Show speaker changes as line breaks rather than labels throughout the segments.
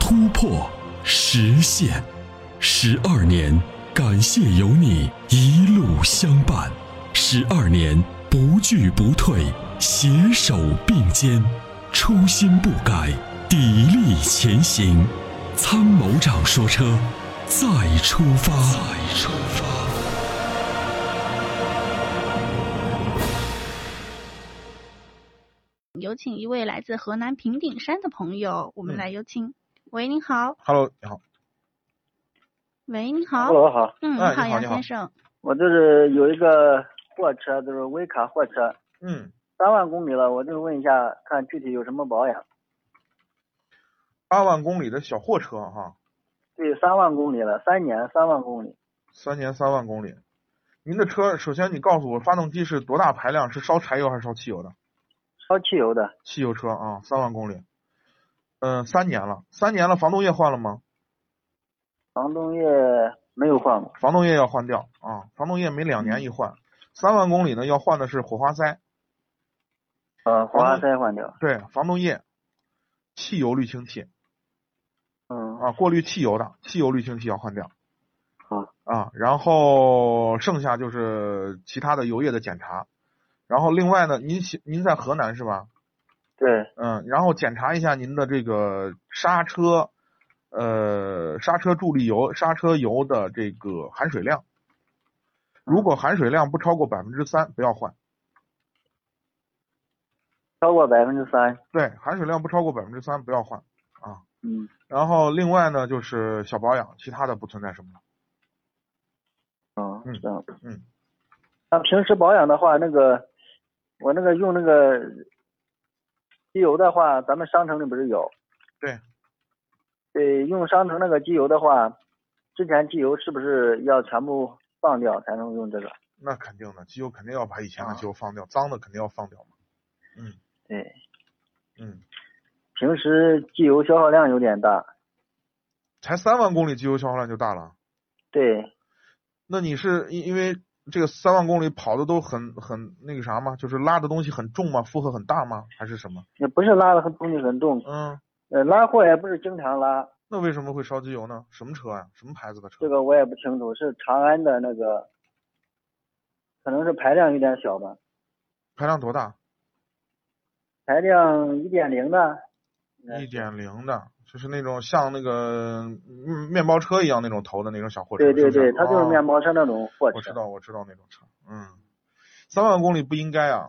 突破、实现，十二年，感谢有你一路相伴，十二年不惧不退，携手并肩，初心不改，砥砺前行。参谋长说车，再出发。再出发。
有请一位来自河南平顶山的朋友，我们
嗯
来有请。喂，您好。
Hello，你好。
喂，您好。
Hello，好，
嗯，好，
哎你好
杨
你好
先生。
我这是有一个货车，就是威卡货车，
嗯，
三万公里了，我就是问一下，看具体有什么保养。
八万公里的小货车哈，
对，三万公里了，三年三万公里，
三年三万公里。您的车，首先你告诉我，发动机是多大排量？是烧柴油还是烧汽油的？
烧汽油的，
汽油车啊，三万公里。嗯、三年了，三年了，防冻液换了吗？
防冻液没有换过。
防冻液要换掉啊，防冻液每两年一换。三万公里呢，要换的是火花塞，
呃，火花
防冻
塞换掉。
对，防冻液、汽油滤清器
嗯，
啊，过滤汽油的，汽油滤清器要换掉。
好
啊，然后剩下就是其他的油液的检查，然后另外呢，您喜您在河南是吧？
对，
嗯，然后检查一下您的这个刹车，呃，刹车助力油、刹车油的这个含水量，如果含水量不超过百分之三，不要换。
超过百分之三。
对，含水量不超过百分之三，不要换。
嗯，
然后另外呢，就是小保养，其他的不存在什么了。
哦，
嗯
行。
嗯。
那平时保养的话，那个我那个用那个机油的话，咱们商城里不是有？
对。
对，用商城那个机油的话，之前机油是不是要全部放掉才能用这个？
那肯定的，机油肯定要把以前的
啊
机油放掉，脏的肯定要放掉嘛。
对，
嗯，
平时机油消耗量有点大。
才三万公里，机油消耗量就大了。
对，
那你是因因为这个三万公里跑的都很很那个啥吗？就是拉的东西很重吗？负荷很大吗？还是什么？
也不是拉的很东西很重，
嗯，
呃，拉货也不是经常拉，
那为什么会烧机油呢？什么车呀、什么牌子的车？
这个我也不清楚，是长安的那个，可能是排量有点小吧，
排量多大？
排量一点零的，嗯
一点零的，就是那种像那个嗯面包车一样那种头的那种小货车。
对
是
对
不是
对，它就是面
哦
包车那种货
我知
车。
道，我知道那种车。嗯，三万公里不应该啊。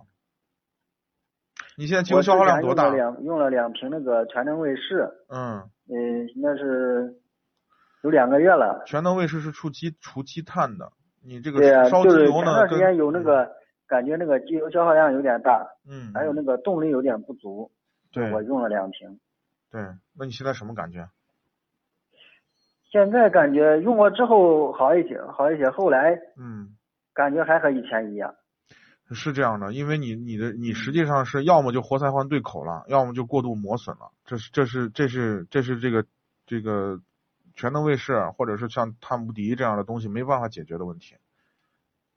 你现在机油
我之
消耗量
前
多
用
大
了？两用了两瓶那个全能卫士，
嗯，
嗯、那是有两个月了。
全能卫士是除积除积碳的，你这个
对呀、
烧机
就是
油
前
呢？
段时
跟
间有那个感觉那个机油消耗量有点大，
嗯，
还有那
嗯
个动力有点不足，
对
我用了两瓶。
对，那你现在什么感觉？
现在感觉用过之后好一些，好一些，后来
嗯，
感觉还和以前一样。
是这样的，因为你你的你实际上是要么就活塞换对口了，要么就过度磨损了，这是这是这是这是这个这个全能卫士啊或者是像碳无敌这样的东西没办法解决的问题。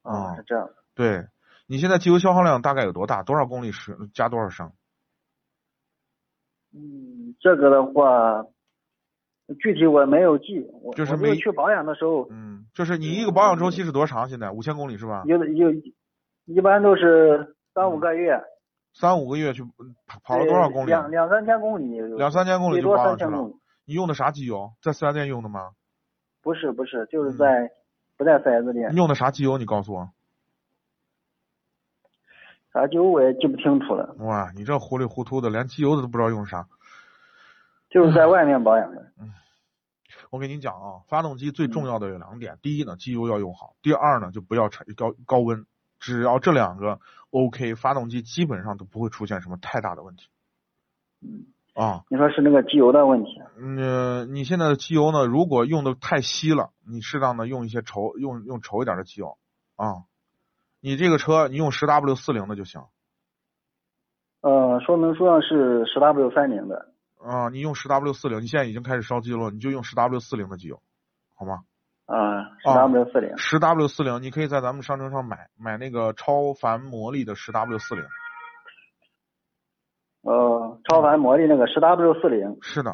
啊、
哦
是这样。
对你现在机油消耗量大概有多大？多少公里时加多少升？
嗯，这个的话，具体我没有记，我
就是
我
没
去保养的时候，
嗯，就是你一个保养周期是多长？现在五千公里是吧？
有的有，一般都是三五个月，
三五个月去跑嗯跑了多少公里？
两两三千公里有，
两三千公里
最
就
多
保养
三
去
千
了
公。里，
你用的啥机油？在四 S 店用的吗？
不是不是，就是
嗯
在、不在四 S 店
你，用的啥机油？你告诉我。
啥酒我也记不清楚了，
哇，你这糊里糊涂的，连机油的都不知道用啥。
就 是在外面保养的。
我跟你讲啊，发动机最重要的有两点，第一呢，机油要用好；第二呢，就不要产高高温。只要这两个 OK，发动机基本上都不会出现什么太大的问题。
嗯，
啊。
你说是那个机油的问题，
嗯呃，你现在的机油呢，如果用的太稀了，你适当的用一些稠，用用稠一点的机油啊。你这个车你用十 W 四零的就行
呃，说明书上是十 W 三零的，
啊，你用十 W 四零，你现在已经开始烧机油了，你就用十 W 四零的机油，好吗？
啊，十
哦
W 四零，
十 W 四零，你可以在咱们商城上买买那个超凡魔力的十 W 四零。
呃，超凡魔力那个十 W 四零，
是的，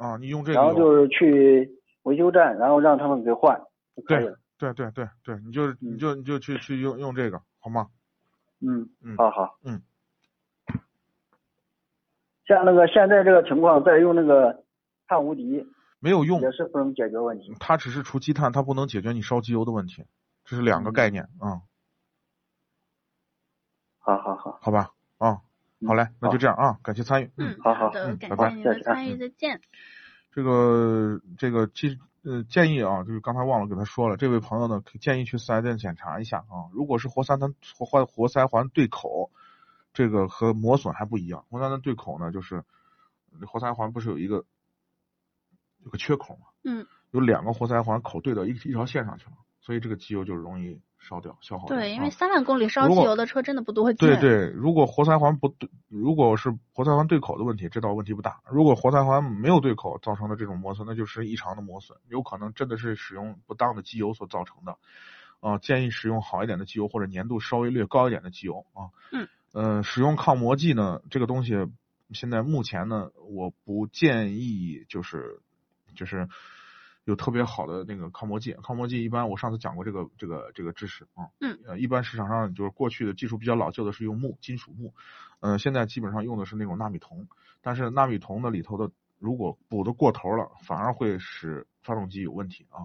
啊，你用这个
然
油
后就是去维修站，然后让他们给换就可以了。
对对对对，你就你就你就去去用用这个好吗？
嗯
嗯
好好，
嗯。
像那个现在这个情况，再用那个碳无敌
没有用
也，是不能解决问题。
它只是除积碳，它不能解决你烧机油的问题，这是两个
嗯
概念啊、嗯
好好好，
好吧？啊、
嗯
好嘞，那就这样啊，感谢参与。
嗯，
好好
的，
嗯
感
拜
拜
谢您的
再见
参与，再见。
这个这个其实呃建议啊，就是刚才忘了给他说了，这位朋友呢建议去四 S 店检查一下啊，如果是活塞环活环活塞环对口，这个和磨损还不一样，活塞环对口呢就是活塞环不是有一个有个缺口嘛，
嗯，
有两个活塞环口对到一一条线上去了，所以这个机油就容易烧掉消耗掉。
对，因
啊
为三万公里烧
如
机
果
油的车真的不多见。
对对，如果活塞环不对，如果是活塞环对口的问题，这倒问题不大。如果活塞环没有对口造成的这种磨损，那就是异常的磨损，有可能真的是使用不当的机油所造成的。啊、建议使用好一点的机油或者粘度稍微略高一点的机油啊。
嗯。
呃，使用抗磨剂呢，这个东西现在目前呢，我不建议就是就是有特别好的那个抗磨剂，抗磨剂一般我上次讲过这个这个这个知识啊，
嗯，
呃，一般市场上就是过去的技术比较老旧的是用木金属木，呃，现在基本上用的是那种纳米铜，但是纳米铜的里头的如果补的过头了，反而会使发动机有问题啊，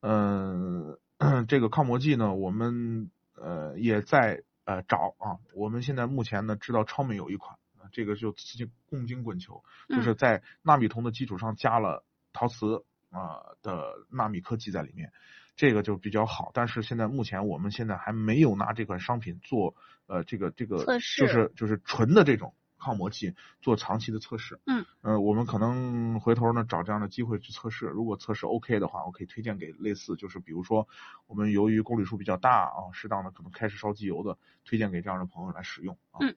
嗯、 这个抗磨剂呢，我们呃也在呃找啊，我们现在目前呢知道超美有一款，呃这个就雌竞共晶滚球，就是
嗯
在纳米铜的基础上加了陶瓷啊、呃的纳米科技在里面，这个就比较好。但是现在目前我们现在还没有拿这款商品做呃这个这个
测
就
试
是就是纯的这种抗磨剂做长期的测试。
嗯，
呃，我们可能回头呢找这样的机会去测试，如果测试 OK 的话，我可以推荐给类似就是比如说我们由于公里数比较大啊，适当的可能开始烧机油的，推荐给这样的朋友来使用啊。
嗯